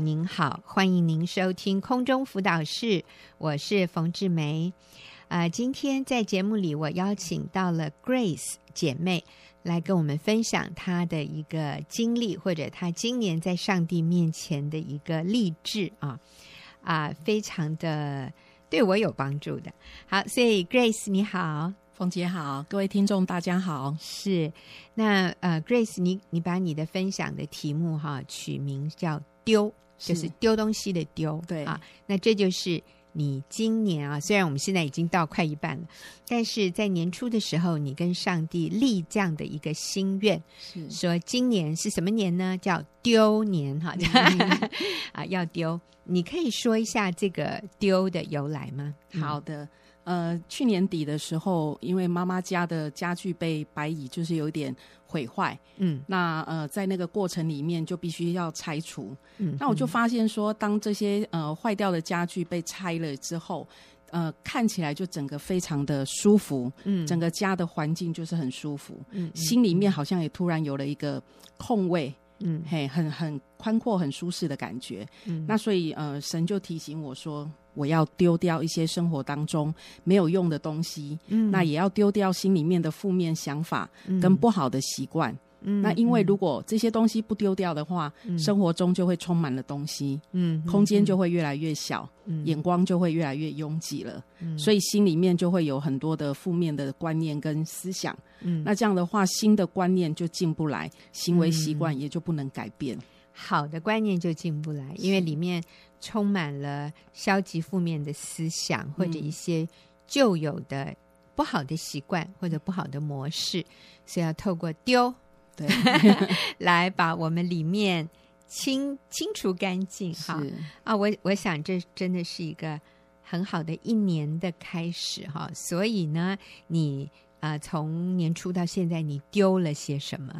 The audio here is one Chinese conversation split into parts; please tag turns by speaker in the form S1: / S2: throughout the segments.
S1: 您好，欢迎您收听空中辅导室，我是冯志梅。呃，今天在节目里，我邀请到了 Grace 姐妹来跟我们分享她的一个经历，或者她今年在上帝面前的一个励志啊啊、非常的对我有帮助的。好，所以 Grace 你好，
S2: 冯姐好，各位听众大家好。
S1: 是那呃 Grace 你你把你的分享的题目哈、取名叫丢。就是
S2: 是
S1: 丢东西的丢，
S2: 对
S1: 啊，那这就是你今年啊，虽然我们现在已经到快一半了，但是在年初的时候，你跟上帝立这样的一个心愿，
S2: 是
S1: 说今年是什么年呢？叫丢年哈，
S2: 嗯
S1: 啊，要丢。你可以说一下这个丢的由来吗？
S2: 好的，呃，去年底的时候，因为妈妈家的家具被白蚁就是有点毁坏，
S1: 嗯，
S2: 那呃，在那个过程里面就必须要拆除。
S1: 嗯嗯，
S2: 那我就发现说，当这些呃坏掉的家具被拆了之后，呃，看起来就整个非常的舒服，
S1: 嗯
S2: 整个家的环境就是很舒服，
S1: 嗯
S2: 心里面好像也突然有了一个空位，
S1: 嗯
S2: 嘿，很很宽阔、很舒适的感觉。
S1: 嗯
S2: 那所以呃，神就提醒我说，我要丢掉一些生活当中没有用的东西，
S1: 嗯
S2: 那也要丢掉心里面的负面想法跟不好的习惯。
S1: 嗯
S2: 那因为如果这些东西不丢掉的话，
S1: 嗯
S2: 生活中就会充满了东西，
S1: 嗯
S2: 空间就会越来越小，
S1: 嗯
S2: 眼光就会越来越拥挤了，
S1: 嗯
S2: 所以心里面就会有很多的负面的观念跟思想。
S1: 嗯
S2: 那这样的话，新的观念就进不来，行为习惯
S1: 嗯
S2: 也就不能改变。
S1: 好的观念就进不来，因为里面充满了消极负面的思想，或者一些旧有的不好的习惯或者不好的模式，所以要透过丢
S2: 对，
S1: 来把我们里面清清除干净。哈
S2: 是
S1: 啊，我我想这真的是一个很好的一年的开始哈。所以呢，你啊、呃从年初到现在，你丢了些什么？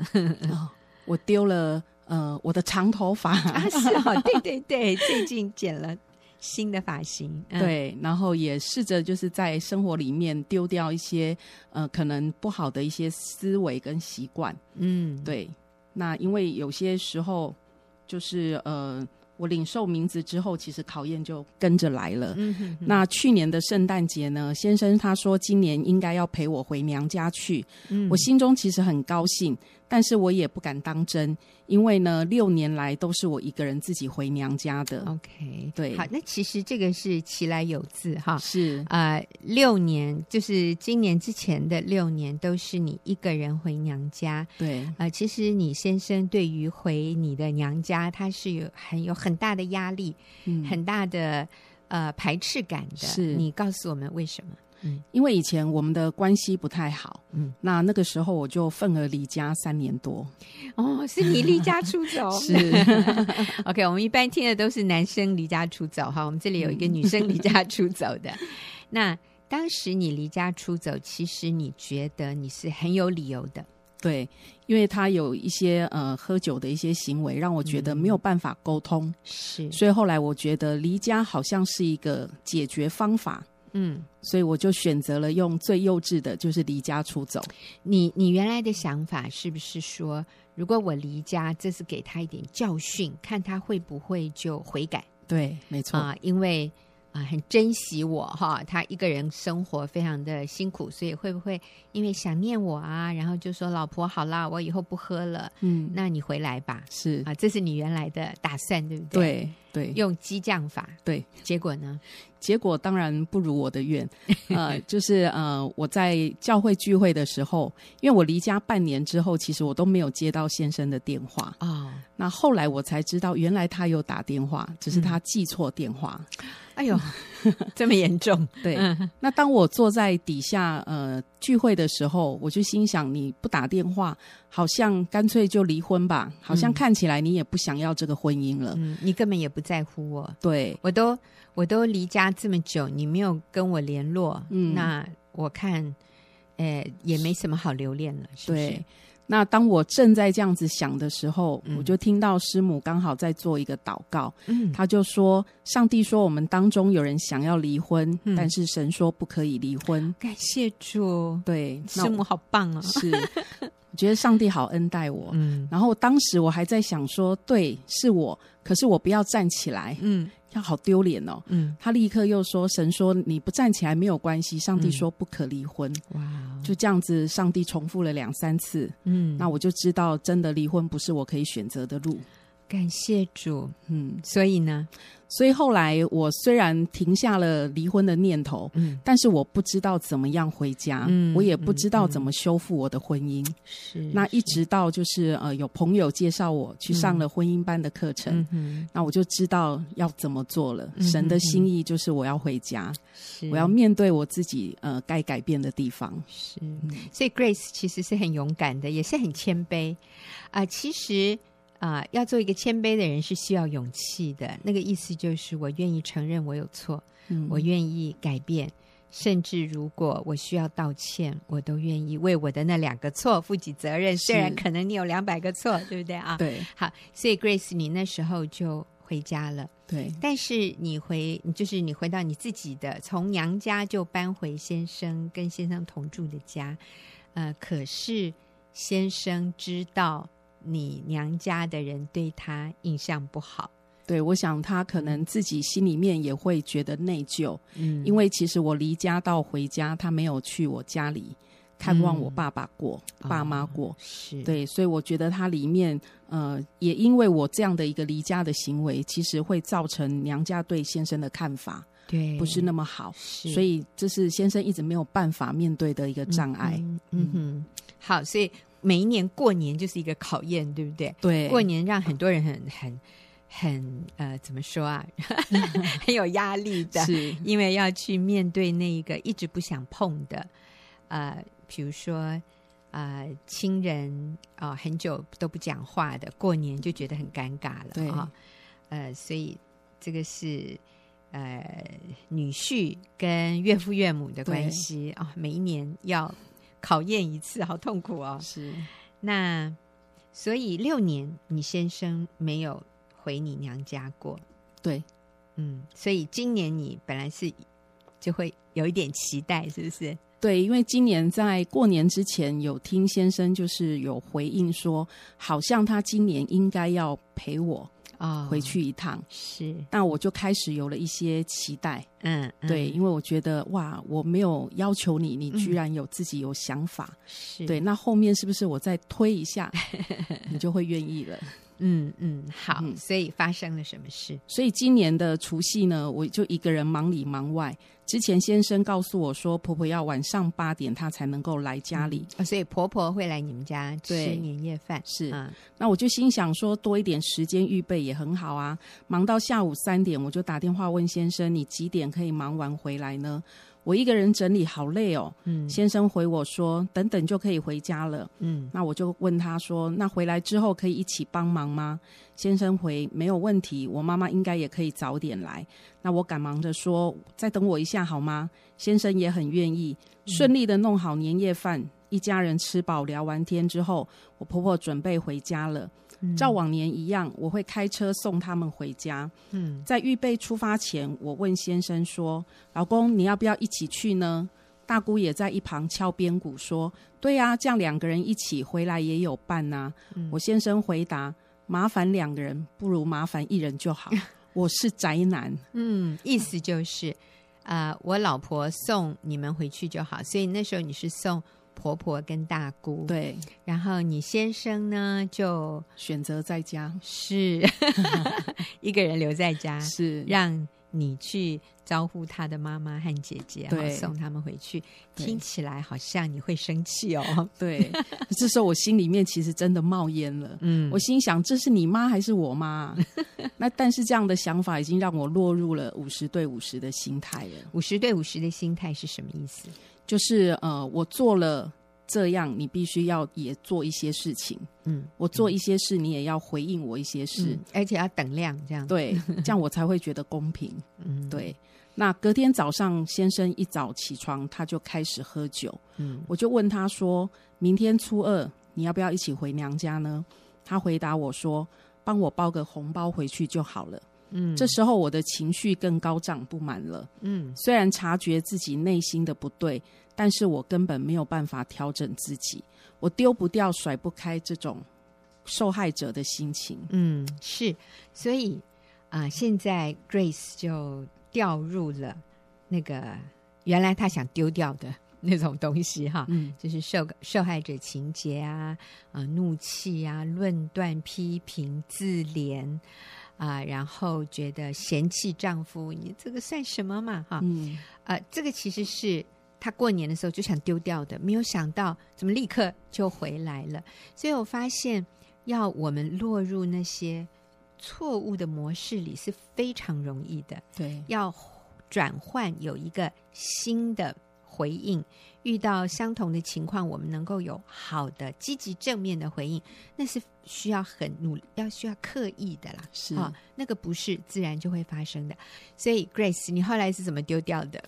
S2: 我丢了呃我的长头发，
S1: 啊，是哦，对对对，最近剪了新的发型，嗯、
S2: 对，然后也试着就是在生活里面丢掉一些呃可能不好的一些思维跟习惯。
S1: 嗯，
S2: 对，那因为有些时候就是呃我领受名字之后，其实考验就跟着来了。
S1: 嗯哼哼，
S2: 那去年的圣诞节呢，先生他说今年应该要陪我回娘家去，
S1: 嗯
S2: 我心中其实很高兴，但是我也不敢当真，因为呢六年来都是我一个人自己回娘家的，
S1: 哦 OK，
S2: 对
S1: 好，那其实这个是其来有自哈。
S2: 是
S1: 啊，六年就是今年之前的六年，都是你一个人回娘家。
S2: 对，
S1: 啊，其实你先生对于回你的娘家，他是有很有很大的压力，
S2: 嗯
S1: 很大的呃排斥感的。
S2: 是
S1: 你告诉我们为什么？
S2: 因为以前我们的关系不太好，
S1: 嗯
S2: 嗯，那那个时候我就愤而离家三年多，
S1: 哦，是你离家出 走，OK，我们一般听的都是男生离家出走哈，我们这里有一个女生离家出走的。 那当时你离家出走，其实你觉得你是很有理由的，
S2: 对，因为他有一些呃喝酒的一些行为，让我觉得
S1: 嗯
S2: 没有办法沟通，
S1: 是
S2: 所以后来我觉得离家好像是一个解决方法，
S1: 嗯，
S2: 所以我就选择了用最幼稚的，就是离家出走。
S1: 你你原来的想法是不是说，如果我离家，这是给他一点教训，看他会不会就悔改
S2: 对，没错，
S1: 啊、因为。啊，很珍惜我哈，他一个人生活非常的辛苦，所以会不会因为想念我啊，然后就说老婆好啦，我以后不喝了，
S2: 嗯，
S1: 那你回来吧。
S2: 是
S1: 啊，这是你原来的打算，对不对？
S2: 对对
S1: 用激将法，
S2: 对，
S1: 结果呢？
S2: 结果当然不如我的 愿，呃，就是呃，我在教会聚会的时候，因为我离家半年之后，其实我都没有接到先生的电话。
S1: 哦，
S2: 那后来我才知道，原来他有打电话，只是他记错电话。
S1: 哎 呦，这么严重，
S2: 对，那当我坐在底下呃聚会的时候，我就心想，你不打电话，好像干脆就离婚吧，好像看起来你也不想要这个婚姻了。
S1: 嗯，你根本也不在乎我，
S2: 对，
S1: 我都我都离家这么久，你没有跟我联络，
S2: 嗯
S1: 那我看，呃，也没什么好留恋了，是不是
S2: 对？那当我正在这样子想的时候，
S1: 嗯
S2: 我就听到师母刚好在做一个祷告，
S1: 嗯，
S2: 她就说：“上帝说我们当中有人想要离婚，
S1: 嗯
S2: 但是神说不可以离婚。
S1: 感谢主”，
S2: 对，那
S1: 师母好棒哦，
S2: 是，我觉得上帝好恩待我。
S1: 嗯
S2: 然后当时我还在想说，对，是我，可是我不要站起来，
S1: 嗯
S2: 要好丢脸哦。
S1: 嗯，
S2: 他立刻又说：“神说你不站起来没有关系，上帝说不可离婚。
S1: 哇嗯哦，
S2: 就这样子，上帝重复了两三次，
S1: 嗯，
S2: 那我就知道真的离婚不是我可以选择的路。
S1: 感谢主。
S2: 嗯，
S1: 所以呢，
S2: 所以后来我虽然停下了离婚的念头，
S1: 嗯，
S2: 但是我不知道怎么样回家，
S1: 嗯
S2: 我也不知道
S1: 嗯嗯
S2: 怎么修复我的婚姻。
S1: 是
S2: 那一直到就是呃，有朋友介绍我去上了婚姻班的课程，
S1: 嗯哼，
S2: 那我就知道要怎么做了。
S1: 嗯
S2: 神的
S1: 嗯
S2: 心意就是我要回家，
S1: 是
S2: 我要面对我自己呃该改变的地方。
S1: 是，所以 Grace 其实是很勇敢的，也是很谦卑啊、其实啊、要做一个谦卑的人是需要勇气的。那个意思就是，我愿意承认我有错，
S2: 嗯
S1: 我愿意改变，甚至如果我需要道歉，我都愿意为我的那两个错负起责任。虽然
S2: 是
S1: 可能你有两百个错，对不对啊？
S2: 对
S1: 好，所以 Grace，你那时候就回家了。
S2: 对
S1: 但是你回，就是你回到你自己的，从娘家就搬回先生跟先生同住的家，呃，可是先生知道你娘家的人对他印象不好，
S2: 对，我想他可能自己心里面也会觉得内疚，
S1: 嗯
S2: 因为其实我离家到回家，他没有去我家里看望我爸爸过、
S1: 哦
S2: 爸妈过。
S1: 是，
S2: 对，所以我觉得他里面，呃，也因为我这样的一个离家的行为，其实会造成娘家对先生的看法
S1: 对，
S2: 不是那么好，
S1: 嗯是，
S2: 所以这是先生一直没有办法面对的一个障碍。
S1: 嗯嗯哼，好，所以每一年过年就是一个考验，对不对？
S2: 对，
S1: 过年让很多人很很很呃，怎么说啊， 很有压力的，
S2: 是
S1: 因为要去面对那一个一直不想碰的，呃，比如说呃亲人啊、很久都不讲话的，过年就觉得很尴尬
S2: 对
S1: 了啊、呃，所以这个是呃女婿跟岳父岳母的关系啊、每一年要考验一次，好痛苦哦。
S2: 是，
S1: 那所以六年你先生没有回你娘家过，
S2: 对
S1: 嗯，所以今年你本来是就会有一点期待，是不是？
S2: 对，因为今年在过年之前有听先生就是有回应说，好像他今年应该要陪我
S1: 啊
S2: 回去一趟，
S1: 是，
S2: 那我就开始有了一些期待。
S1: 嗯，嗯
S2: 对，，因为我觉得哇，我没有要求你，你居然有自己有想法，
S1: 是，
S2: 对，，那后面是不是我再推一下，你就会愿意了？
S1: 嗯嗯，好，
S2: 嗯
S1: 所以发生了什么事？
S2: 所以今年的除夕呢，我就一个人忙里忙外。之前先生告诉我说，婆婆要晚上八点她才能够来家里，
S1: 哦所以婆婆会来你们家吃
S2: 对
S1: 年夜饭，
S2: 是
S1: 啊，
S2: 那我就心想说，多一点时间预备也很好啊。忙到下午三点，我就打电话问先生，你几点可以忙完回来呢？我一个人整理好累哦。
S1: 嗯
S2: 先生回我说，等等就可以回家了。
S1: 嗯
S2: 那我就问他说，那回来之后可以一起帮忙吗？先生回没有问题，我妈妈应该也可以早点来。那我赶忙着说，再等我一下好吗？先生也很愿意，顺利的弄好年夜饭。一家人吃饱聊完天之后，我婆婆准备回家了。
S1: 嗯
S2: 照往年一样，我会开车送他们回家。
S1: 嗯
S2: 在预备出发前，我问先生说：“老公，你要不要一起去呢？”大姑也在一旁敲边鼓说：“对啊，这样两个人一起回来也有伴呐、我先生回答：“麻烦两个人，不如麻烦一人就 好。我是宅男，
S1: 嗯，意思就是，啊，我老婆送你们回去就好，所以那时候你是送婆婆跟大姑，，
S2: 对，
S1: 然后你先生呢就
S2: 选择在家
S1: 是一个人留在家，
S2: 是
S1: 让你去招呼他的妈妈和姐姐，
S2: 对
S1: 好送他们回去。
S2: 对
S1: 听起来好像你会生气哦。
S2: 对。这时候我心里面其实真的冒烟了。
S1: 嗯
S2: 我心想，这是你妈还是我妈 啊？那但是这样的想法已经让我落入了五十对五十的心态了，
S1: 五十对五十的心态是什么意思？
S2: 就是呃，我做了这样，你必须要也做一些事情，
S1: 嗯，
S2: 我做一些事，你也要回应我一些事，
S1: 嗯而且要等量这样。，
S2: 对，这样我才会觉得公平。
S1: 嗯，
S2: 对，那隔天早上，先生一早起床，他就开始喝酒，
S1: 嗯
S2: 我就问他说：“明天初二你要不要一起回娘家呢？”他回答我说：“帮我包个红包回去就好了。”
S1: 嗯，
S2: 这时候我的情绪更高涨不满了。
S1: 嗯
S2: 虽然察觉自己内心的不对，但是我根本没有办法调整自己，我丢不掉、甩不开这种受害者的心情。
S1: 嗯是，所以啊、现在 Grace 就掉入了那个原来她想丢掉的那种东西哈，
S2: 嗯，
S1: 就是受受害者情节啊，啊、怒气啊，论断、批评、自怜啊、然后觉得嫌弃丈夫，你这个算什么嘛哈？
S2: 嗯，
S1: 呃，这个其实是她过年的时候就想丢掉的，没有想到怎么立刻就回来了。所以我发现，要我们落入那些错误的模式里是非常容易的。
S2: 对，
S1: 要转换有一个新的回应，遇到相同的情况，我们能够有好的、积极正面的回应，那是需要很努力，要需要刻意的啦。
S2: 是
S1: 啊、那个不是自然就会发生的。所以，Grace，你后来是怎么丢掉的？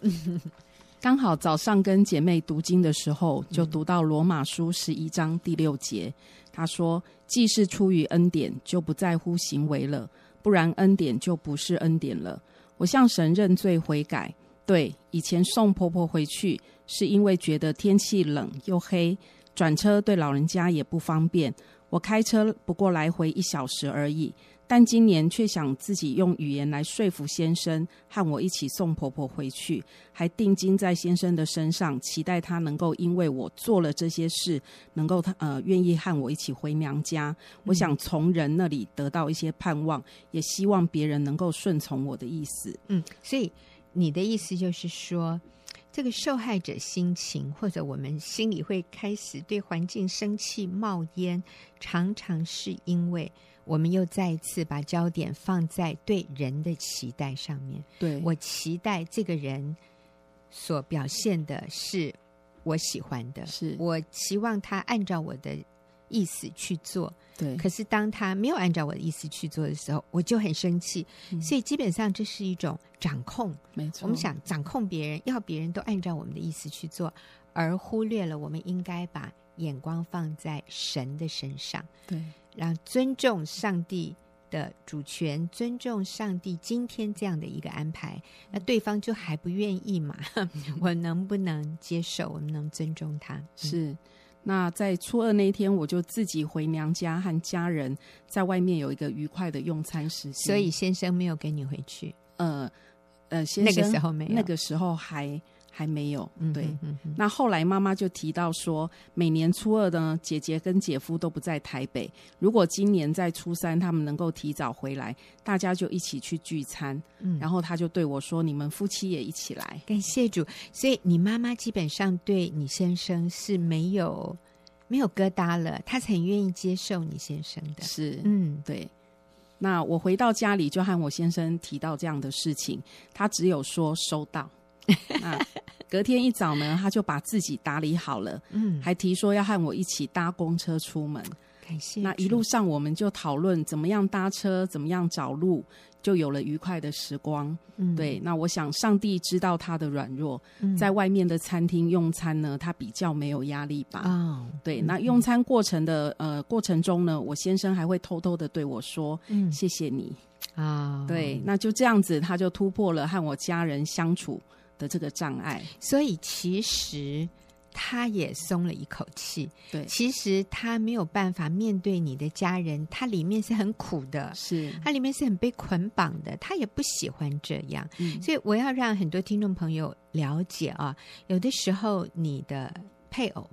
S2: 刚好早上跟姐妹读经的时候，就读到罗马书十一章第六节，他说：“既是出于恩典，就不在乎行为了，不然恩典就不是恩典了。”我向神认罪悔改。对，以前送婆婆回去是因为觉得天气冷又黑，转车对老人家也不方便。我开车不过来回一小时而已，但今年却想自己用语言来说服先生和我一起送婆婆回去。还定睛在先生的身上，期待他能够因为我做了这些事，能够他呃愿意和我一起回娘
S1: 嗯
S2: 家。我想从人那里得到一些盼望，也希望别人能够顺从我的意思。
S1: 嗯，所以你的意思就是说，这个受害者心情，或者我们心里会开始对环境生气冒烟，常常是因为我们又再一次把焦点放在对人的期待上面。
S2: 对
S1: 我期待这个人所表现的是我喜欢的，
S2: 是
S1: 我期望他按照我的意思去做。
S2: 对
S1: 可是当他没有按照我的意思去做的时候，我就很生气。
S2: 嗯
S1: 所以基本上这是一种掌控。
S2: 没错，
S1: 我们想掌控别人，要别人都按照我们的意思去做，而忽略了我们应该把眼光放在神的身上，
S2: 对
S1: 让尊重上帝。的主权，尊重上帝今天这样的一个安排，那对方就还不愿意嘛？
S2: 嗯
S1: 我能不能接受？我们能尊重他？嗯
S2: 是。那在初二那一天，我就自己回娘家，和家人在外面有一个愉快的用餐时间。
S1: 所以先生没有跟你回去，
S2: 呃呃，先
S1: 那
S2: 生
S1: 个时候没有。
S2: 那个时候还还没有，
S1: 嗯
S2: 对。
S1: 哼，嗯哼
S2: 那后来妈妈就提到说，每年初二呢，姐姐跟姐夫都不在台北。如果今年在初三他们能够提早回来，大家就一起去聚餐。
S1: 嗯
S2: 然后他就对我说：“你们夫妻也一起来。
S1: 感谢主，所以你妈妈基本上对你先生是没有没有疙瘩了，她是很愿意接受你先生的。
S2: 是，
S1: 嗯
S2: 对。那我回到家里就和我先生提到这样的事情，他只有说收到。那隔天一早呢，他就把自己打理好了，
S1: 嗯，
S2: 还提说要和我一起搭公车出门。
S1: 感谢
S2: 那一
S1: 主
S2: 路上我们就讨论怎么样搭车，怎么样找路，就有了愉快的时光。
S1: 嗯
S2: 对，那我想上帝知道他的软弱，
S1: 嗯
S2: 在外面的餐厅用餐呢，他比较没有压力吧。
S1: 哦，
S2: 对，那用餐过程的呃过程中呢，我先生还会偷偷的对我说
S1: 嗯：“
S2: 谢谢你。
S1: 啊，
S2: 对，，那就这样子，他就突破了和我家人相处的这个障碍。
S1: 所以其实他也松了一口气。
S2: 对，
S1: 其实他没有办法面对你的家人，他里面是很苦的，
S2: 是，
S1: 他里面是很被捆绑的，他也不喜欢这样。
S2: 嗯，
S1: 所以我要让很多听众朋友了解啊，有的时候你的配偶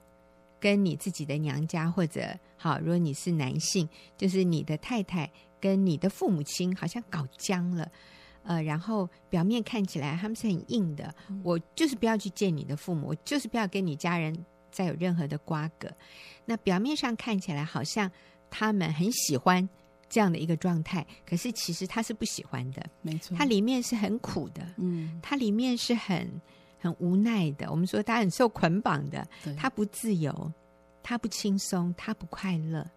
S1: 跟你自己的娘家，或者好，如果你是男性，就是你的太太跟你的父母亲好像搞僵了。呃，然后表面看起来他们是很硬的，我就是不要去见你的父母，我就是不要跟你家人再有任何的瓜葛。那表面上看起来好像他们很喜欢这样的一个状态，可是其实他是不喜欢的。
S2: 没错，
S1: 它里面是很苦的，
S2: 嗯，
S1: 它里面是很很无奈的。我们说它很受捆绑的，
S2: 对，
S1: 它不自由，它不轻松，它不快乐。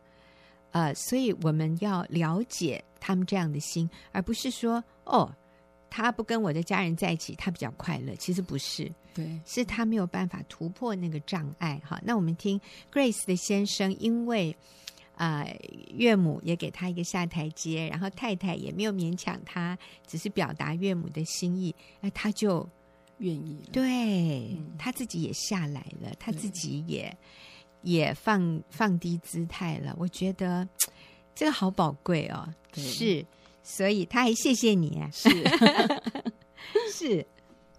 S1: 呃，所以我们要了解他们这样的心，而不是说哦，他不跟我的家人在一起，他比较快乐。其实不是，
S2: 对
S1: 是他没有办法突破那个障碍。哈，那我们听 Grace 的先生，因为啊、岳母也给他一个下台阶，然后太太也没有勉强他，只是表达岳母的心意，那他就
S2: 愿意了。
S1: 对、
S2: 嗯
S1: 他自己也下来了，他
S2: 对
S1: 自己也也放放低姿态了。我觉得这个好宝贵哦，
S2: 对
S1: 是，所以他还谢谢你、啊，
S2: 是。
S1: 是，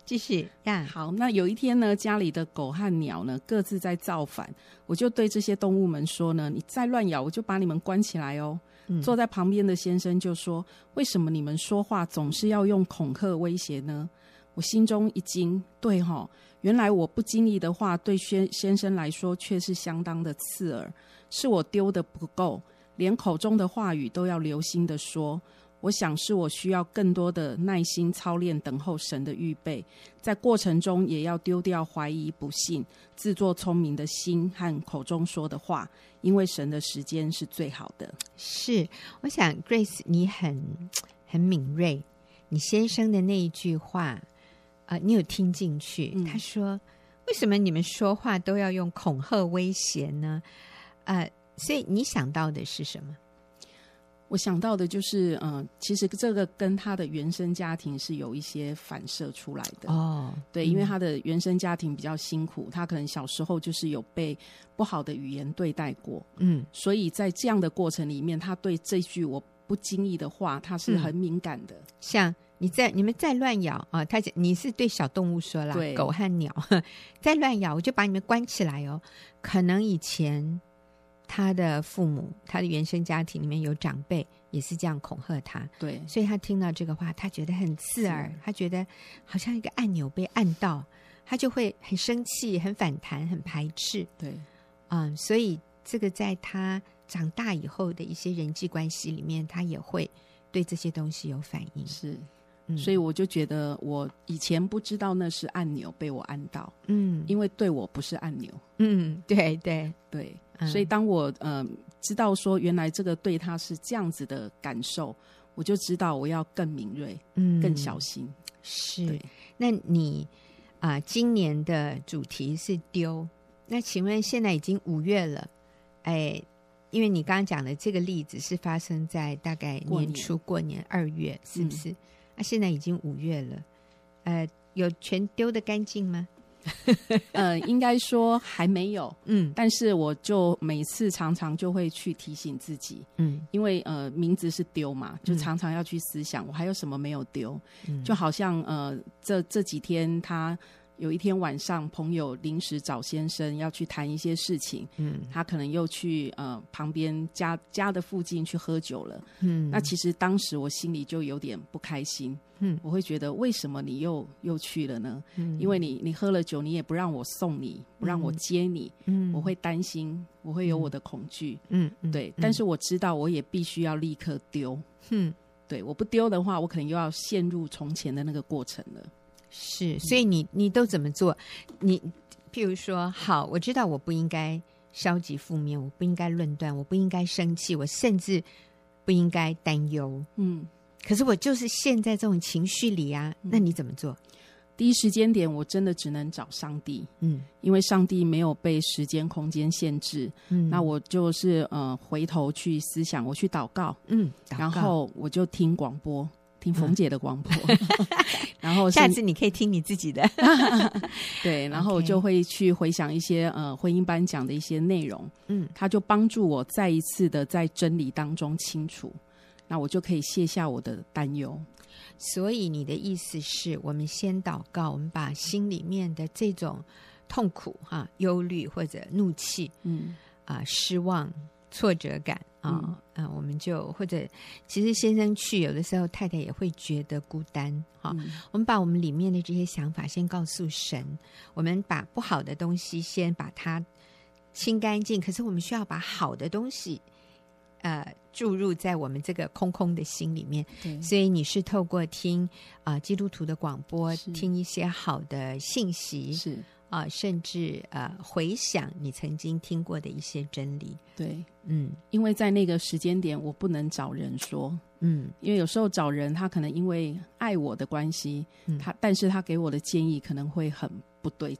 S1: 继续呀，
S2: 好，那有一天呢，家里的狗和鸟呢各自在造反，我就对这些动物们说呢：“你再乱咬，我就把你们关起来哦。
S1: 嗯
S2: 坐在旁边的先生就说：“为什么你们说话总是要用恐吓威胁呢？”我心中一惊，对哈、原来我不经意的话对先先生来说却是相当的刺耳，是我丢的不够，连口中的话语都要留心的说。我想是我需要更多的耐心操练，等候神的预备，在过程中也要丢掉怀疑、不信，自作聪明的心和口中说的话，因为神的时间是最好的。
S1: 是，我想 Grace 你很很敏锐，你先生的那一句话，呃，你有听进去？
S2: 嗯
S1: 他说：“为什么你们说话都要用恐吓威胁呢？”呃，所以你想到的是什么？
S2: 我想到的就是，嗯、其实这个跟他的原生家庭是有一些反射出来的。
S1: 哦，
S2: 对，因为
S1: 嗯
S2: 他的原生家庭比较辛苦，他可能小时候就是有被不好的语言对待过，
S1: 嗯
S2: 所以在这样的过程里面，他对这句我不经意的话，他是很敏感的。
S1: 像你再你们再乱咬啊，他讲你是对小动物说啦，
S2: 对
S1: 狗和鸟再乱咬，我就把你们关起来哦。可能以前他的父母，他的原生家庭里面有长辈也是这样恐吓他，
S2: 对，
S1: 所以他听到这个话，他觉得很刺耳
S2: 是，
S1: 他觉得好像一个按钮被按到，他就会很生气、很反弹、很排斥。
S2: 对，
S1: 嗯，所以这个在他长大以后的一些人际关系里面，他也会对这些东西有反应。
S2: 是。
S1: 嗯
S2: 所以我就觉得，我以前不知道那是按钮被我按到，
S1: 嗯，
S2: 因为对我不是按钮。
S1: 嗯，对对，
S2: 对，
S1: 嗯
S2: 所以当我呃知道说原来这个对他是这样子的感受，我就知道我要更敏锐、
S1: 嗯
S2: 更小心。
S1: 是
S2: 对。
S1: 那你啊、今年的主题是丢。那请问现在已经五月了，哎，因为你刚刚讲的这个例子是发生在大概
S2: 过
S1: 年
S2: 年
S1: 初过年二月，是不是？那、现在已经五月了，呃，有全丢的干净吗？
S2: 呃，应该说还没有，
S1: 嗯
S2: 但是我就每次常常就会去提醒自己，
S1: 嗯
S2: 因为呃名字是丢嘛，就
S1: 嗯
S2: 常常要去思想、我还有什么没有丢。
S1: 嗯
S2: 就好像呃这这几天他。有一天晚上，朋友临时找先生要去谈一些事情，
S1: 嗯
S2: 他可能又去呃旁边家家的附近去喝酒了。
S1: 嗯，
S2: 那其实当时我心里就有点不开心，
S1: 嗯
S2: 我会觉得为什么你又又去了呢？
S1: 嗯
S2: 因为你你喝了酒，你也不让我送你，不让我接你，
S1: 嗯
S2: 我会担心，我会有我的恐惧。
S1: 嗯嗯
S2: 对，
S1: 嗯
S2: 但是我知道我也必须要立刻丢。
S1: 嗯
S2: 对，我不丢的话，我可能又要陷入从前的那个过程了。嗯
S1: 是，所以你你都怎么做？你譬如说，好，我知道我不应该消极负面，我不应该论断，我不应该生气，我甚至不应该担忧。
S2: 嗯，
S1: 可是我就是陷在这种情绪里啊，那你怎么做？
S2: 第一时间点我真的只能找上帝，
S1: 嗯
S2: 因为上帝没有被时间空间限制。
S1: 嗯
S2: 那我就是呃回头去思想，我去祷告，
S1: 嗯，祷
S2: 然
S1: 告嗯
S2: 后我就听广播，听冯姐的广 播，然后
S1: 下
S2: 甚
S1: 次你可以听你自己 的。
S2: 对，然后我
S1: OK
S2: 就会去回想一些呃婚姻班讲的一些内容，
S1: 嗯
S2: 它就帮助我再一次的在真理当中清楚，那我就可以卸下我的担忧。
S1: 所以你的意思是我们先祷告，我们把心里面的这种痛苦、哈、忧虑或者怒气，
S2: 嗯，
S1: 啊、失望、挫折感啊啊、
S2: 嗯
S1: 我们就或者其实先生去，有的时候太太也会觉得孤单啊、
S2: 嗯
S1: 我们把我们里面的这些想法先告诉神，我们把不好的东西先把它清干净，可是我们需要把好的东西呃注入在我们这个空空的心里面。
S2: 对，
S1: 所以你是透过听啊、基督徒的广播，
S2: 是
S1: 听一些好的信息，
S2: 是，
S1: 啊、甚至呃回想你曾经听过的一些真理。
S2: 对，
S1: 嗯
S2: 因为在那个时间点，我不能找人说。
S1: 嗯
S2: 因为有时候找人，他可能因为爱我的关系，
S1: 嗯
S2: 他但是他给我的建议可能会很不对，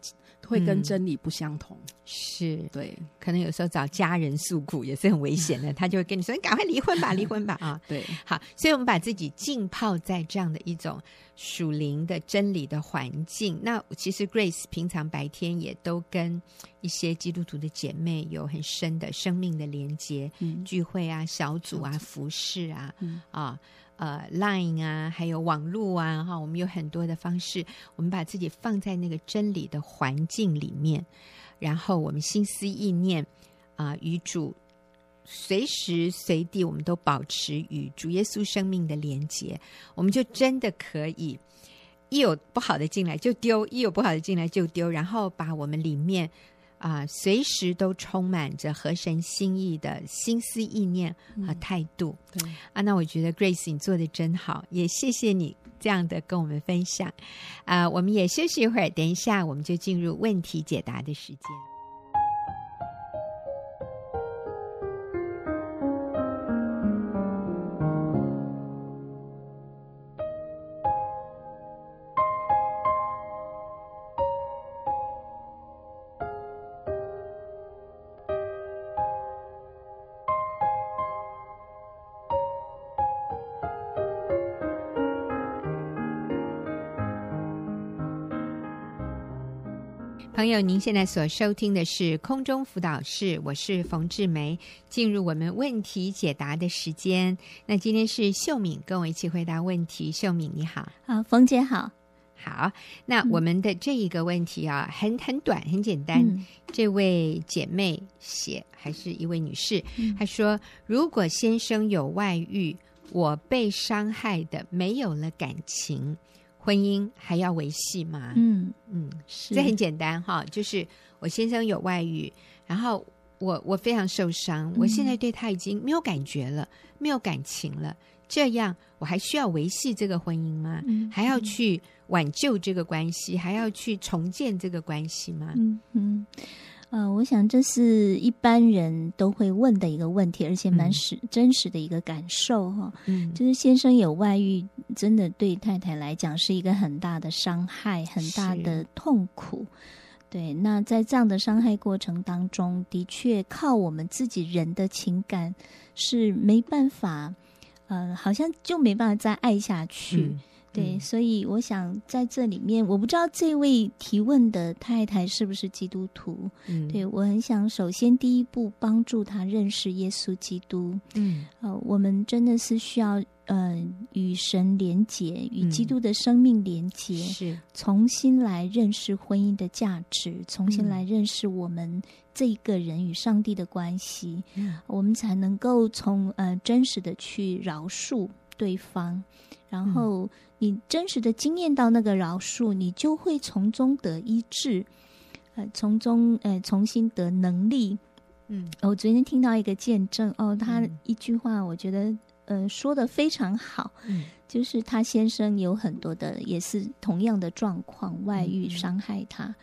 S2: 会跟
S1: 嗯
S2: 真理不相同。
S1: 是，
S2: 对
S1: 可能有时候找家人诉苦也是很危险的，他就会跟你说：“你赶快离婚吧，离婚吧！”啊，
S2: 对，
S1: 好，所以我们把自己浸泡在这样的一种属灵的真理的环境。那其实 Grace 平常白天也都跟一些基督徒的姐妹有很深的生命的连接，
S2: 嗯
S1: 聚会啊、小组啊、服饰啊、
S2: 嗯
S1: 啊、呃 Line 啊，还有网络啊，哈，我们有很多的方式，我们把自己放在那个真理的环境里面，然后我们心思意念啊、与主随时随地，我们都保持与主耶稣生命的连接，我们就真的可以。一有不好的进来就丢，一有不好的进来就丢，然后把我们里面啊、随时都充满着合神心意的心思意念和态度、
S2: 对，
S1: 啊。那我觉得 Grace 你做的真好，也谢谢你这样的跟我们分享啊、我们也休息一会儿，等一下我们就进入问题解答的时间。朋友，您现在所收听的是空中辅导室，我是冯志梅。进入我们问题解答的时间，那今天是秀敏跟我一起回答问题。秀敏，你好。
S3: 好，啊冯姐好。
S1: 好，那我们的这一个问题啊，很很短，很简单。
S3: 嗯
S1: 这位姐妹写，还是一位女士，
S3: 嗯
S1: 她说：“如果先生有外遇，我被伤害的没有了感情，婚姻还要维系吗？”
S3: 嗯，
S1: 嗯，
S3: 是
S1: 这很简单哈，就是我先生有外遇，然后我我非常受伤，
S3: 嗯
S1: 我现在对他已经没有感觉了，没有感情了，这样我还需要维系这个婚姻吗？
S3: 嗯
S1: 还要去挽救这个关系，还要去重建这个关系吗？
S3: 嗯嗯。呃，我想这是一般人都会问的一个问题，而且蛮
S1: 嗯
S3: 实、真实的一个感受哈、
S1: 嗯，
S3: 就是先生有外遇，真的对太太来讲是一个很大的伤害，很大的痛苦。对，那在这样的伤害过程当中，的确靠我们自己人的情感是没办法，呃，好像就没办法再爱下去。
S1: 嗯
S3: 对，
S1: 嗯
S3: 所以我想在这里面，我不知道这位提问的太太是不是基督徒。
S1: 嗯，
S3: 对我很想首先第一步帮助她认识耶稣基督。
S1: 嗯
S3: 呃，我们真的是需要呃与神连结，与
S1: 嗯
S3: 基督的生命连结，
S1: 是
S3: 重新来认识婚姻的价值，重新
S1: 嗯
S3: 来认识我们这一个人与上帝的关系。
S1: 嗯
S3: 我们才能够从呃真实的去饶恕对方，然
S1: 嗯
S3: 后你真实的经验到那个饶恕，你就会从中得医治，呃，从中呃重新得能力。
S1: 嗯
S3: 呃我昨天听到一个见证哦，他
S1: 嗯
S3: 一句话，我觉得呃说的非常好，
S1: 嗯
S3: 就是他先生有很多的也是同样的状况，外
S1: 嗯
S3: 遇伤害他。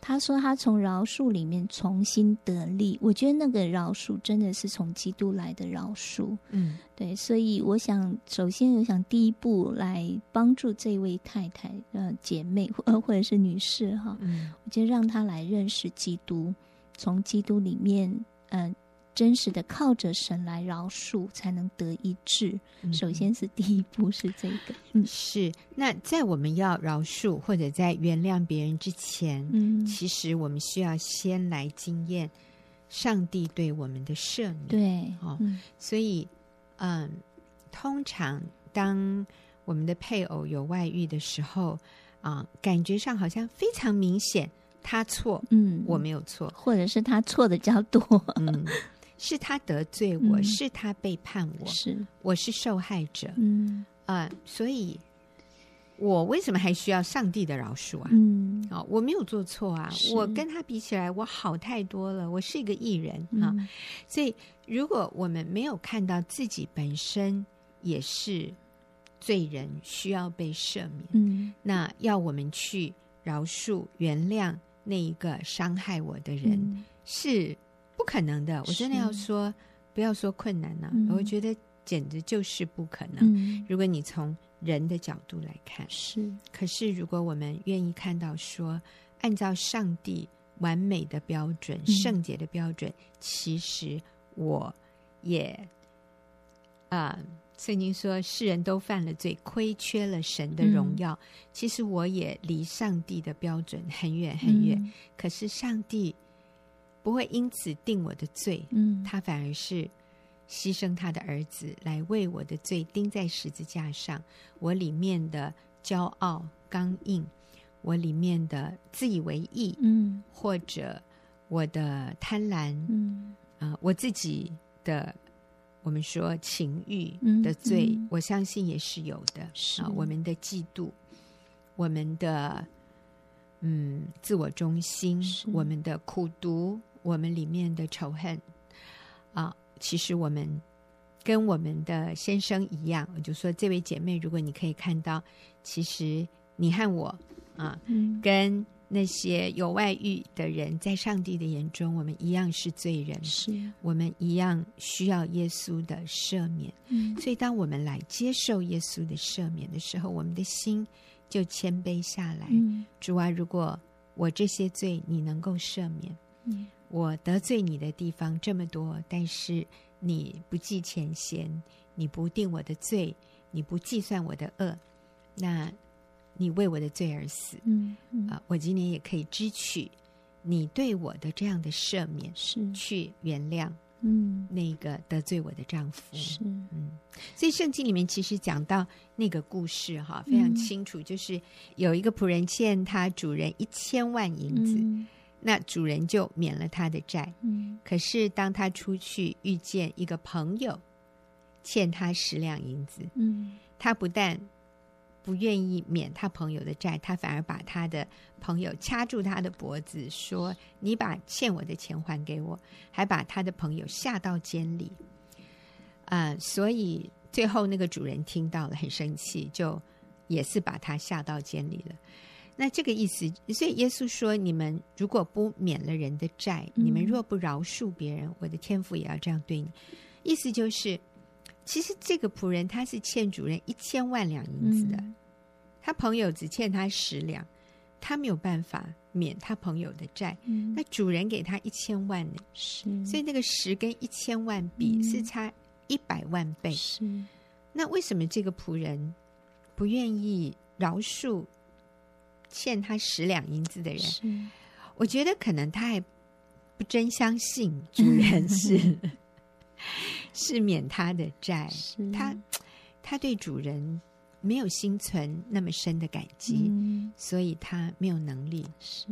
S3: 他说他从饶恕里面重新得力，我觉得那个饶恕真的是从基督来的饶恕。
S1: 嗯
S3: 对，所以我想，首先我想第一步来帮助这位太太、呃姐妹或呃或者是女士哈，
S1: 嗯
S3: 我觉得让她来认识基督，从基督里面呃真实的靠着神来饶恕，才能得医治。
S1: 嗯
S3: 首先是第一步是这个，嗯
S1: 是那在我们要饶恕或者在原谅别人之前，
S3: 嗯，
S1: 其实我们需要先来经验上帝对我们的赦免。
S3: 对，
S1: 哦
S3: 嗯
S1: 所以，嗯，通常当我们的配偶有外遇的时候，啊、感觉上好像非常明显，他错，
S3: 嗯，
S1: 我没有错，
S3: 或者是他错的比较多，
S1: 嗯，是他得罪我，
S3: 嗯
S1: 是他背叛我，
S3: 是，
S1: 我是受害者，
S3: 嗯
S1: 啊、所以，我为什么还需要上帝的饶恕啊？
S3: 嗯
S1: 啊、我没有做错啊！
S3: 是
S1: 我跟他比起来，我好太多了。我是一个艺人啊，
S3: 嗯
S1: 所以，如果我们没有看到自己本身也是罪人，需要被赦免，
S3: 嗯
S1: 那要我们去饶恕、原谅那一个伤害我的人、
S3: 嗯
S1: 是不可能的。我真的要
S3: 是
S1: 说，不要说困难呐、
S3: 嗯
S1: 我觉得简直就是不可能。
S3: 嗯
S1: 如果你从人的角度来看，
S3: 是
S1: 可是如果我们愿意看到说，按照上帝完美的标准、
S3: 嗯
S1: 圣洁的标准，其实我也，啊、圣经说世人都犯了罪，亏缺了神的荣耀。
S3: 嗯
S1: 其实我也离上帝的标准很远很远。
S3: 嗯
S1: 可是上帝不会因此定我的罪，
S3: 嗯，
S1: 他反而是牺牲他的儿子来为我的罪钉在十字架上。我里面的骄傲、刚硬，我里面的自以为意，
S3: 嗯
S1: 或者我的贪婪
S3: 嗯
S1: 啊、我自己的我们说情欲
S3: 嗯
S1: 的罪，
S3: 嗯
S1: 我相信也是有的
S3: 是
S1: 啊、我们的嫉妒，我们的嗯自我中心
S3: 是，
S1: 我们的苦读，我们里面的仇恨啊、其实我们跟我们的先生一样，我就说这位姐妹，如果你可以看到，其实你和我啊、
S3: 嗯
S1: 跟那些有外遇的人，在上帝的眼中，我们一样是罪人，
S3: 是
S1: 我们一样需要耶稣的赦免。
S3: 嗯
S1: 所以，当我们来接受耶稣的赦免的时候，我们的心就谦卑下来。
S3: 嗯
S1: 主啊，如果我这些罪你能够赦免，
S3: 嗯
S1: 我得罪你的地方这么多，但是你不计前嫌，你不定我的罪，你不计算我的恶，那你为我的罪而死。
S3: 嗯嗯
S1: 啊、我今年也可以支取你对我的这样的赦免，
S3: 是
S1: 去原谅
S3: 嗯
S1: 那个得罪我的丈夫。
S3: 是
S1: 嗯，所以圣经里面其实讲到那个故事哈，非常
S3: 嗯
S1: 清楚，就是有一个仆人欠他主人一千万银子，
S3: 嗯
S1: 那主人就免了他的债。
S3: 嗯
S1: 可是当他出去遇见一个朋友，欠他十两银子，
S3: 嗯
S1: 他不但不愿意免他朋友的债，他反而把他的朋友掐住他的脖子，说：“你把欠我的钱还给我。”还把他的朋友下到监里。啊、所以最后那个主人听到了，很生气，就也是把他下到监里了。那这个意思，所以耶稣说：“你们如果不免了人的债，
S3: 嗯
S1: 你们若不饶恕别人，我的天父也要这样对你。”意思就是，其实这个仆人他是欠主人一千万两银子的，
S3: 嗯
S1: 他朋友只欠他十两，他没有办法免他朋友的债。
S3: 嗯
S1: 那主人给他一千万呢，
S3: 是
S1: 所以那个十跟一千万比
S3: 嗯
S1: 是差一百万倍。
S3: 是
S1: 那为什么这个仆人不愿意饶恕欠他十两银子的人？
S3: 是
S1: 我觉得可能他还不真相信主人是 是免他的债，
S3: 是
S1: 他他对主人没有心存那么深的感激，
S3: 嗯
S1: 所以他没有能力
S3: 是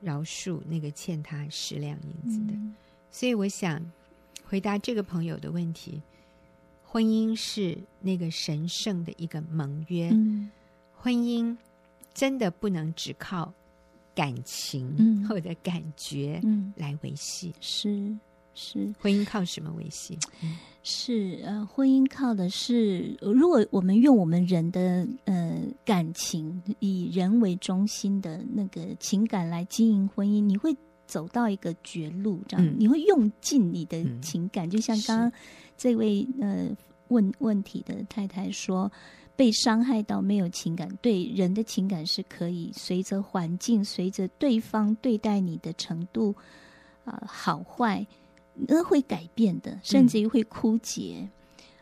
S1: 饶恕那个欠他十两银子的。
S3: 嗯
S1: 所以我想回答这个朋友的问题：婚姻是那个神圣的一个盟约，
S3: 嗯
S1: 婚姻真的不能只靠感情
S3: 嗯
S1: 或者感觉
S3: 嗯
S1: 来维系。
S3: 是是
S1: 婚姻靠什么维系？
S3: 是呃，婚姻靠的是，呃如果我们用我们人的呃感情，以人为中心的那个情感来经营婚姻，你会走到一个绝路，这样、
S1: 嗯
S3: 你会用尽你的
S1: 嗯
S3: 情感，就像
S1: 是
S3: 刚刚这位呃问问题的太太说。被伤害到没有情感，对人的情感是可以随着环境、随着对方对待你的程度，啊、好坏，那会改变的，甚至于会枯竭，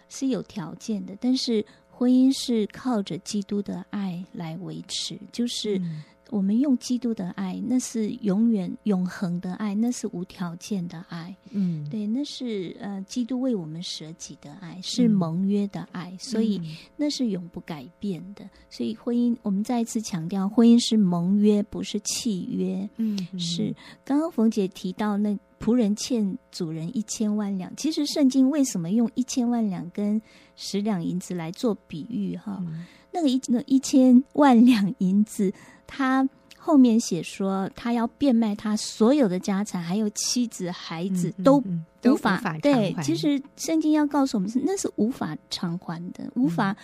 S3: 是有条件的。但是婚姻是靠着基督的爱来维持，就是
S1: 嗯
S3: 我们用基督的爱，那是永远永恒的爱，那是无条件的爱，
S1: 嗯，
S3: 对，那是呃基督为我们舍己的爱，是
S1: 嗯
S3: 盟约的爱，所以那是永不改变的。所以婚姻，我们再一次强调，婚姻是盟约，不是契约。
S1: 嗯，嗯
S3: 是，刚刚冯姐提到那仆人欠主人一千万两，其实圣经为什么用一千万两跟十两银子来做比喻哈？
S1: 嗯
S3: 那个一那一千万两银子，他后面写说他要变卖他所有的家产，还有妻子孩子、
S1: 嗯
S3: 都
S1: 嗯都
S3: 无法
S1: 偿
S3: 对，
S1: 还
S3: 其实圣经要告诉我们是那是无法偿还的，
S1: 嗯
S3: 无法、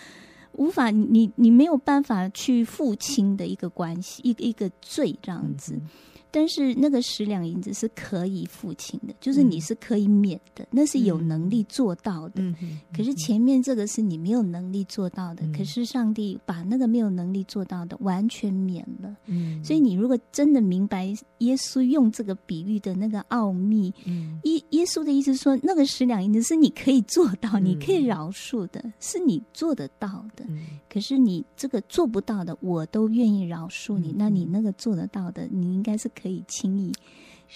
S3: 无法你你你没有办法去付清的一个关系，一个一个罪这样子。
S1: 嗯
S3: 但是那个十两银子是可以付清的，就是你是可以免的，那是有能力做到的。
S1: 嗯哼，
S3: 可是前面这个是你没有能力做到的，
S1: 嗯
S3: 可是上帝把那个没有能力做到的完全免了。
S1: 嗯，
S3: 所以你如果真的明白耶稣用这个比喻的那个奥秘，
S1: 嗯
S3: 耶耶稣的意思说，那个十两银子是你可以做到，
S1: 嗯
S3: 你可以饶恕的，是你做得到的。
S1: 嗯
S3: 可是你这个做不到的，我都愿意饶恕你。
S1: 嗯
S3: 那你那个做得到的，你应该是可以轻易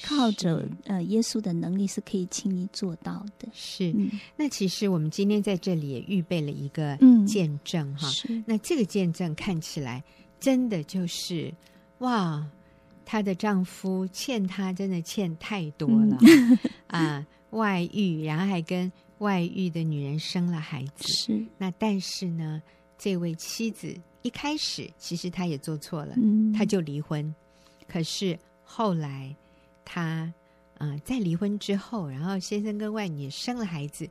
S3: 靠着呃耶稣的能力是可以轻易做到的。
S1: 是。
S3: 嗯，
S1: 那其实我们今天在这里也预备了一个
S3: 嗯
S1: 见证哈，
S3: 是，
S1: 那这个见证看起来真的就是哇，她的丈夫欠她真的欠太多
S3: 嗯
S1: 了、啊，外遇，然后还跟外遇的女人生了孩子。
S3: 是，
S1: 那但是呢，这位妻子一开始其实她也做错了，
S3: 嗯，
S1: 她就离婚。可是后来她啊、呃在离婚之后，然后先生跟外女也生了孩子，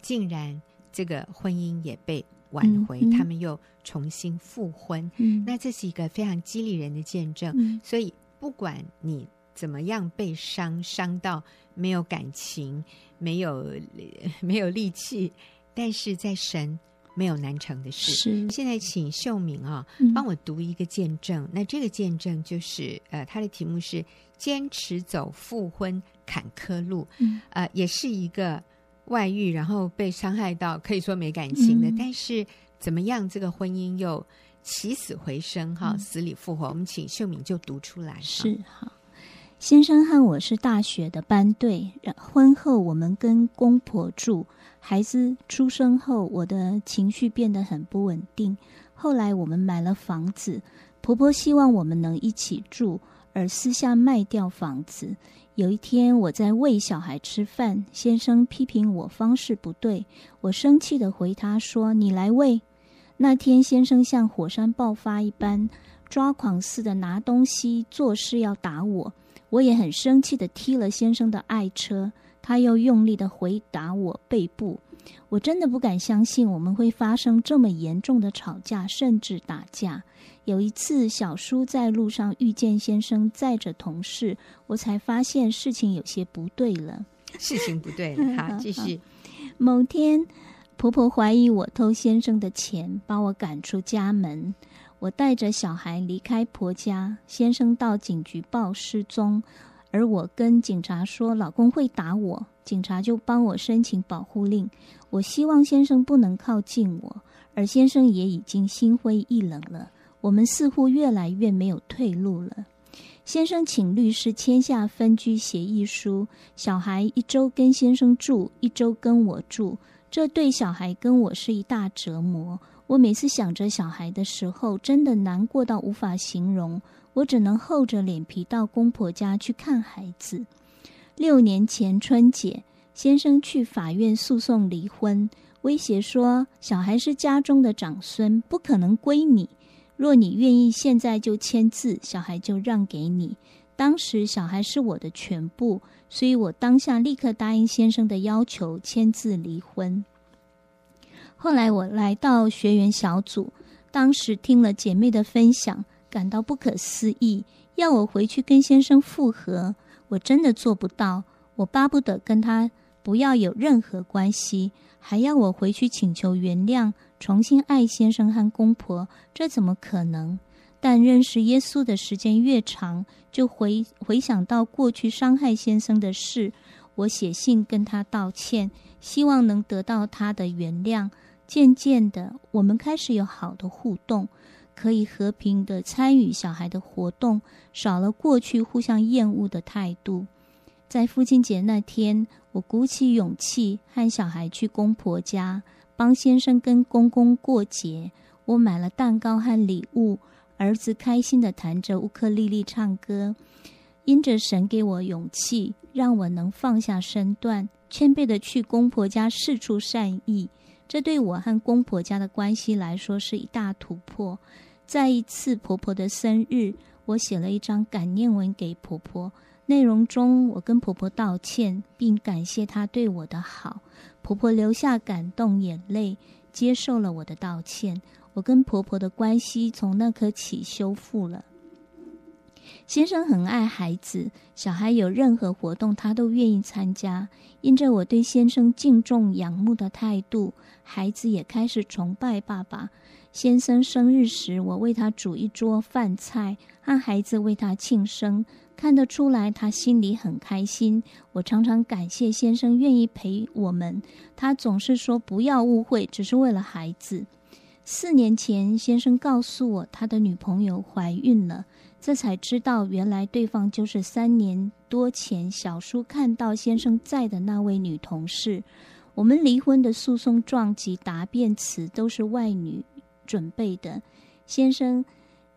S1: 竟然这个婚姻也被挽回，
S3: 嗯嗯
S1: 他们又重新复婚。
S3: 嗯，
S1: 那这是一个非常激励人的见证。
S3: 嗯
S1: 所以不管你怎么样被伤，伤到没有感情，没有 没有力气，但是在神没有难成的事。
S3: 是，
S1: 现在请秀敏啊、
S3: 嗯
S1: 帮我读一个见证。那这个见证就是，呃，它的题目是“坚持走复婚坎坷路”，
S3: 嗯
S1: 呃，也是一个外遇，然后被伤害到可以说没感情的，
S3: 嗯
S1: 但是怎么样，这个婚姻又起死回生哈，
S3: 嗯
S1: 死里复活。我们请秀敏就读出来，
S3: 是好。先生和我是大学的班队，然婚后我们跟公婆住。孩子出生后，我的情绪变得很不稳定。后来我们买了房子，婆婆希望我们能一起住，而私下卖掉房子。有一天我在喂小孩吃饭，先生批评我方式不对，我生气的回他说：“你来喂。”那天先生像火山爆发一般，抓狂似的拿东西，做事要打我。我也很生气的踢了先生的爱车，他又用力的回打我背部。我真的不敢相信我们会发生这么严重的吵架，甚至打架。有一次，小叔在路上遇见先生载着同事，我才发现事情有些不对了。
S1: 事情不对 了，好，继续，
S3: 某天，婆婆怀疑我偷先生的钱，把我赶出家门。我带着小孩离开婆家，先生到警局报失踪，而我跟警察说老公会打我，警察就帮我申请保护令。我希望先生不能靠近我，而先生也已经心灰意冷了。我们似乎越来越没有退路了。先生请律师签下分居协议书，小孩一周跟先生住，一周跟我住，这对小孩跟我是一大折磨。我每次想着小孩的时候，真的难过到无法形容，我只能厚着脸皮到公婆家去看孩子。六年前春节，先生去法院诉讼离婚，威胁说小孩是家中的长孙，不可能归你。若你愿意现在就签字，小孩就让给你。当时小孩是我的全部，所以我当下立刻答应先生的要求，签字离婚。后来我来到学员小组，当时听了姐妹的分享，感到不可思议，要我回去跟先生复合，我真的做不到，我巴不得跟他不要有任何关系，还要我回去请求原谅，重新爱先生和公婆，这怎么可能？但认识耶稣的时间越长，就回回想到过去伤害先生的事，我写信跟他道歉，希望能得到他的原谅。渐渐的，我们开始有好的互动，可以和平的参与小孩的活动，少了过去互相厌恶的态度。在父亲节那天，我鼓起勇气和小孩去公婆家，帮先生跟公公过节。我买了蛋糕和礼物，儿子开心地弹着乌克丽丽唱歌。因着神给我勇气，让我能放下身段，谦卑地去公婆家试出善意。这对我和公婆家的关系来说是一大突破。在一次婆婆的生日，我写了一张感念文给婆婆，内容中我跟婆婆道歉，并感谢她对我的好。婆婆流下感动眼泪，接受了我的道歉。我跟婆婆的关系从那刻起修复了。先生很爱孩子，小孩有任何活动他都愿意参加。因着我对先生敬重仰慕的态度，孩子也开始崇拜爸爸。先生生日时，我为他煮一桌饭菜，和孩子为他庆生。看得出来，他心里很开心。我常常感谢先生愿意陪我们。他总是说不要误会，只是为了孩子。四年前，先生告诉我他的女朋友怀孕了，这才知道原来对方就是三年多前小叔看到先生在的那位女同事。我们离婚的诉讼状及答辩词都是外女。准备的，先生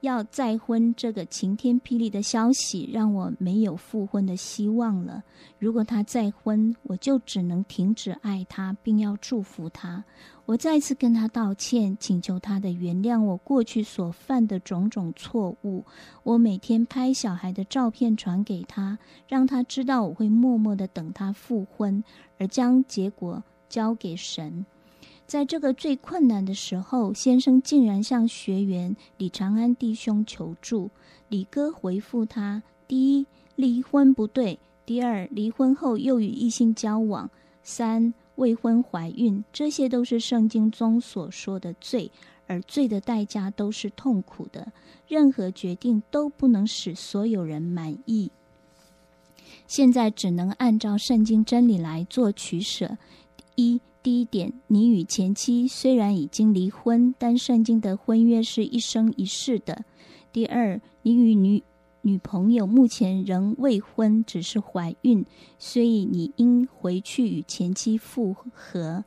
S3: 要再婚这个晴天霹雳的消息，让我没有复婚的希望了。如果他再婚，我就只能停止爱他，并要祝福他。我再次跟他道歉，请求他的原谅我过去所犯的种种错误。我每天拍小孩的照片传给他，让他知道我会默默的等他复婚，而将结果交给神。在这个最困难的时候，先生竟然向学员李长安弟兄求助。李哥回复他：第一，离婚不对；第二，离婚后又与异性交往；三，未婚怀孕，这些都是圣经中所说的罪，而罪的代价都是痛苦的。任何决定都不能使所有人满意。现在只能按照圣经真理来做取舍。一。第一点，你与前妻虽然已经离婚，但圣经的婚约是一生一世的。第二，你与女女朋友目前仍未婚，只是怀孕，所以你应回去与前妻复合。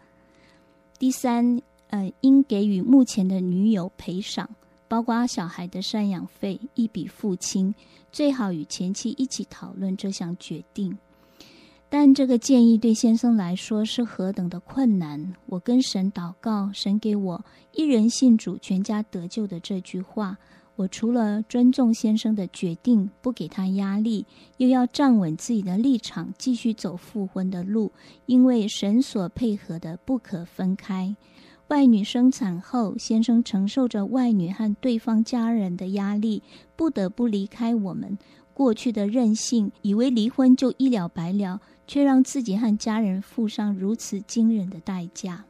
S3: 第三，呃，应给予目前的女友赔偿，包括小孩的赡养费一笔付清，最好与前妻一起讨论这项决定。但这个建议对先生来说是何等的困难！我跟神祷告，神给我“一人信主，全家得救”的这句话。我除了尊重先生的决定，不给他压力，又要站稳自己的立场，继续走复婚的路，因为神所配合的不可分开。外女生产后，先生承受着外女和对方家人的压力，不得不离开我们。过去的任性，以为离婚就一了百了。却让自己和家人付上如此惊人的代价。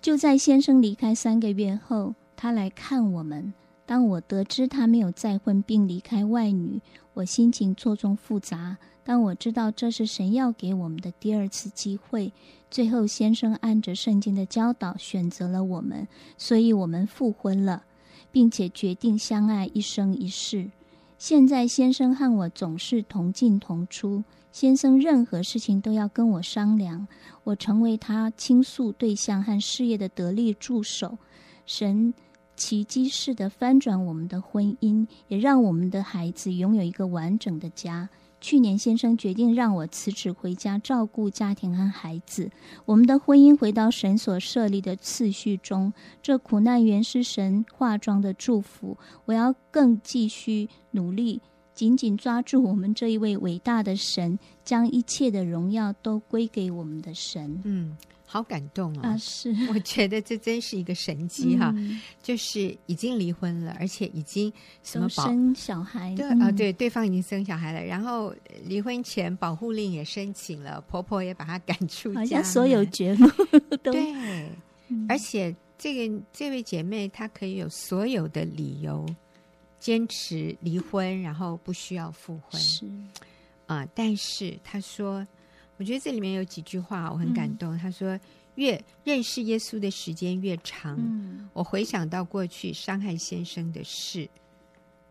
S3: 就在先生离开三个月后，他来看我们。当我得知他没有再婚并离开外女，我心情错综复杂。但我知道这是神要给我们的第二次机会。最后，先生按着圣经的教导选择了我们，所以我们复婚了，并且决定相爱一生一世。现在先生和我总是同进同出，先生任何事情都要跟我商量，我成为他倾诉对象和事业的得力助手。神奇迹式的翻转我们的婚姻，也让我们的孩子拥有一个完整的家。去年先生决定让我辞职回家照顾家庭和孩子，我们的婚姻回到神所设立的次序中。这苦难原是神化妆的祝福，我要更继续努力，紧紧抓住我们这一位伟大的神，将一切的荣耀都归给我们的神。
S1: 嗯，好感动哦！
S3: 啊，嗯是，
S1: 我觉得这真是一个神迹哈、就是已经离婚了，而且已经什么
S3: 都
S1: 保
S3: 生小孩，
S1: 对
S3: 嗯
S1: 啊，对，对方已经生小孩了，然后呃离婚前保护令也申请了，婆婆也把她赶出家
S3: 好
S1: 门，
S3: 像所有节目都
S1: 对，
S3: 嗯
S1: 而且这个这位姐妹她可以有所有的理由坚持离婚，然后不需要复婚
S3: 是
S1: 啊、但是她说，我觉得这里面有几句话我很感
S3: 嗯
S1: 动，她说越认识耶稣的时间越长，
S3: 嗯
S1: 我回想到过去伤害先生的事，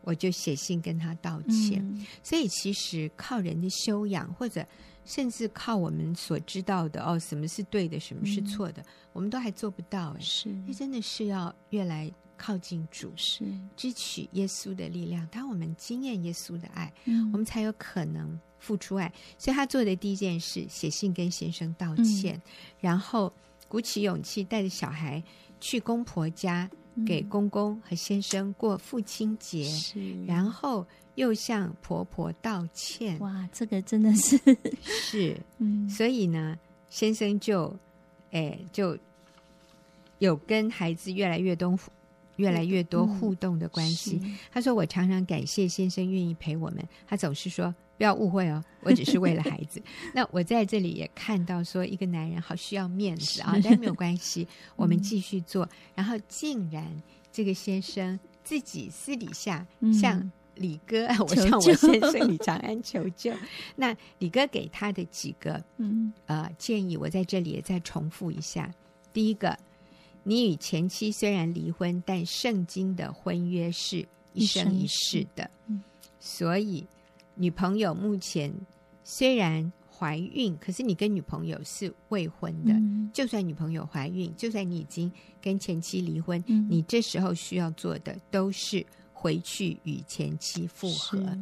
S1: 我就写信跟他道歉。
S3: 嗯
S1: 所以其实靠人的修养，或者甚至靠我们所知道的哦，什么是对的，什么是错的，我们都还做不到哎。
S3: 是
S1: 那真的是要越来靠近主，
S3: 是，
S1: 支取耶稣的力量。当我们经验耶稣的爱，
S3: 嗯
S1: 我们才有可能付出爱。所以他做的第一件事，写信跟先生道歉，然后鼓起勇气带着小孩去公婆家，给公公和先生过父亲节。
S3: 是，
S1: 然后又向婆婆道歉，
S3: 哇，这个真的 是，
S1: 是，
S3: 嗯，
S1: 所以呢，先生就，哎，就有跟孩子越来越多越来越多
S3: 嗯
S1: 互动的关系。
S3: 是
S1: 他说：“我常常感谢先生愿意陪我们。”他总是说：“不要误会哦，我只是为了孩子。” 那我在这里也看到说，一个男人好需要面子啊，但没有关 系，我
S3: 嗯
S1: 们继续做。然后竟然这个先生自己私底下
S3: 嗯
S1: 向李哥， 我
S3: 求
S1: 向我
S3: 救
S1: 先生李长安求救。那李哥给他的几个
S3: 嗯
S1: 呃建议，我在这里也再重复一下。第一个，你与前妻虽然离婚，但圣经的婚约是一
S3: 一生
S1: 生一
S3: 一
S1: 世
S3: 世
S1: 的，
S3: 嗯
S1: 所以女朋友目前虽然怀孕，可是你跟女朋友是未婚的。
S3: 嗯
S1: 就算女朋友怀孕，就算你已经跟前妻离婚，
S3: 嗯
S1: 你这时候需要做的都是回去与前妻复合，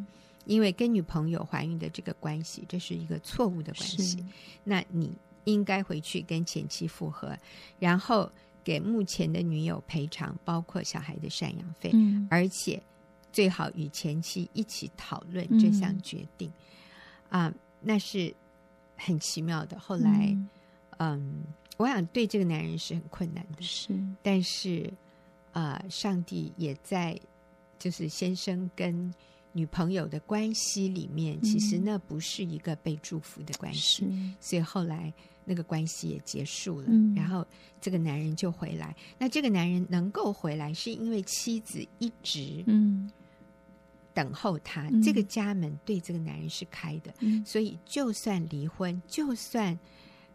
S1: 因为跟女朋友怀孕的这个关系，这是一个错误的关
S3: 是
S1: 系。那你应该回去跟前妻复合，然后给目前的女友赔偿，包括小孩的赡养费，
S3: 嗯
S1: 而且最好与前妻一起讨论这项
S3: 嗯
S1: 决定。啊、那是很奇妙的。后来，
S3: 嗯
S1: 嗯，我想对这个男人是很困难的，
S3: 是
S1: 但是，啊，上帝也在，就是先生跟。女朋友的关系里面，其实
S3: 嗯
S1: 那不是一个被祝福的关系，
S3: 是
S1: 所以后来那个关系也结束了，
S3: 嗯
S1: 然后这个男人就回来。那这个男人能够回来，是因为妻子一直
S3: 嗯
S1: 等候他，
S3: 嗯
S1: 这个家门对这个男人是开的，
S3: 嗯
S1: 所以就算离婚，就算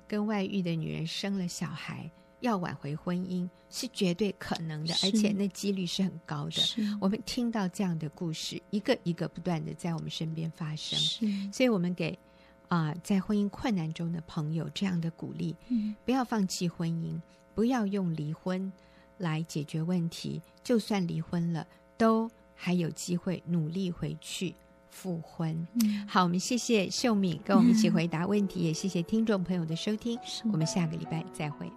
S1: 跟外遇的女人生了小孩，要挽回婚姻是绝对可能的，
S3: 是
S1: 而且那几率是很高的。
S3: 是
S1: 我们听到这样的故事，一个一个不断的在我们身边发生。
S3: 是
S1: 所以我们给啊、在婚姻困难中的朋友这样的鼓励：
S3: 嗯
S1: 不要放弃婚姻，不要用离婚来解决问题，就算离婚了，都还有机会努力回去复婚。
S3: 嗯
S1: 好，我们谢谢秀敏跟我们一起回答问题，也谢谢听众朋友的收听，
S3: 是
S1: 我们下个礼拜再会。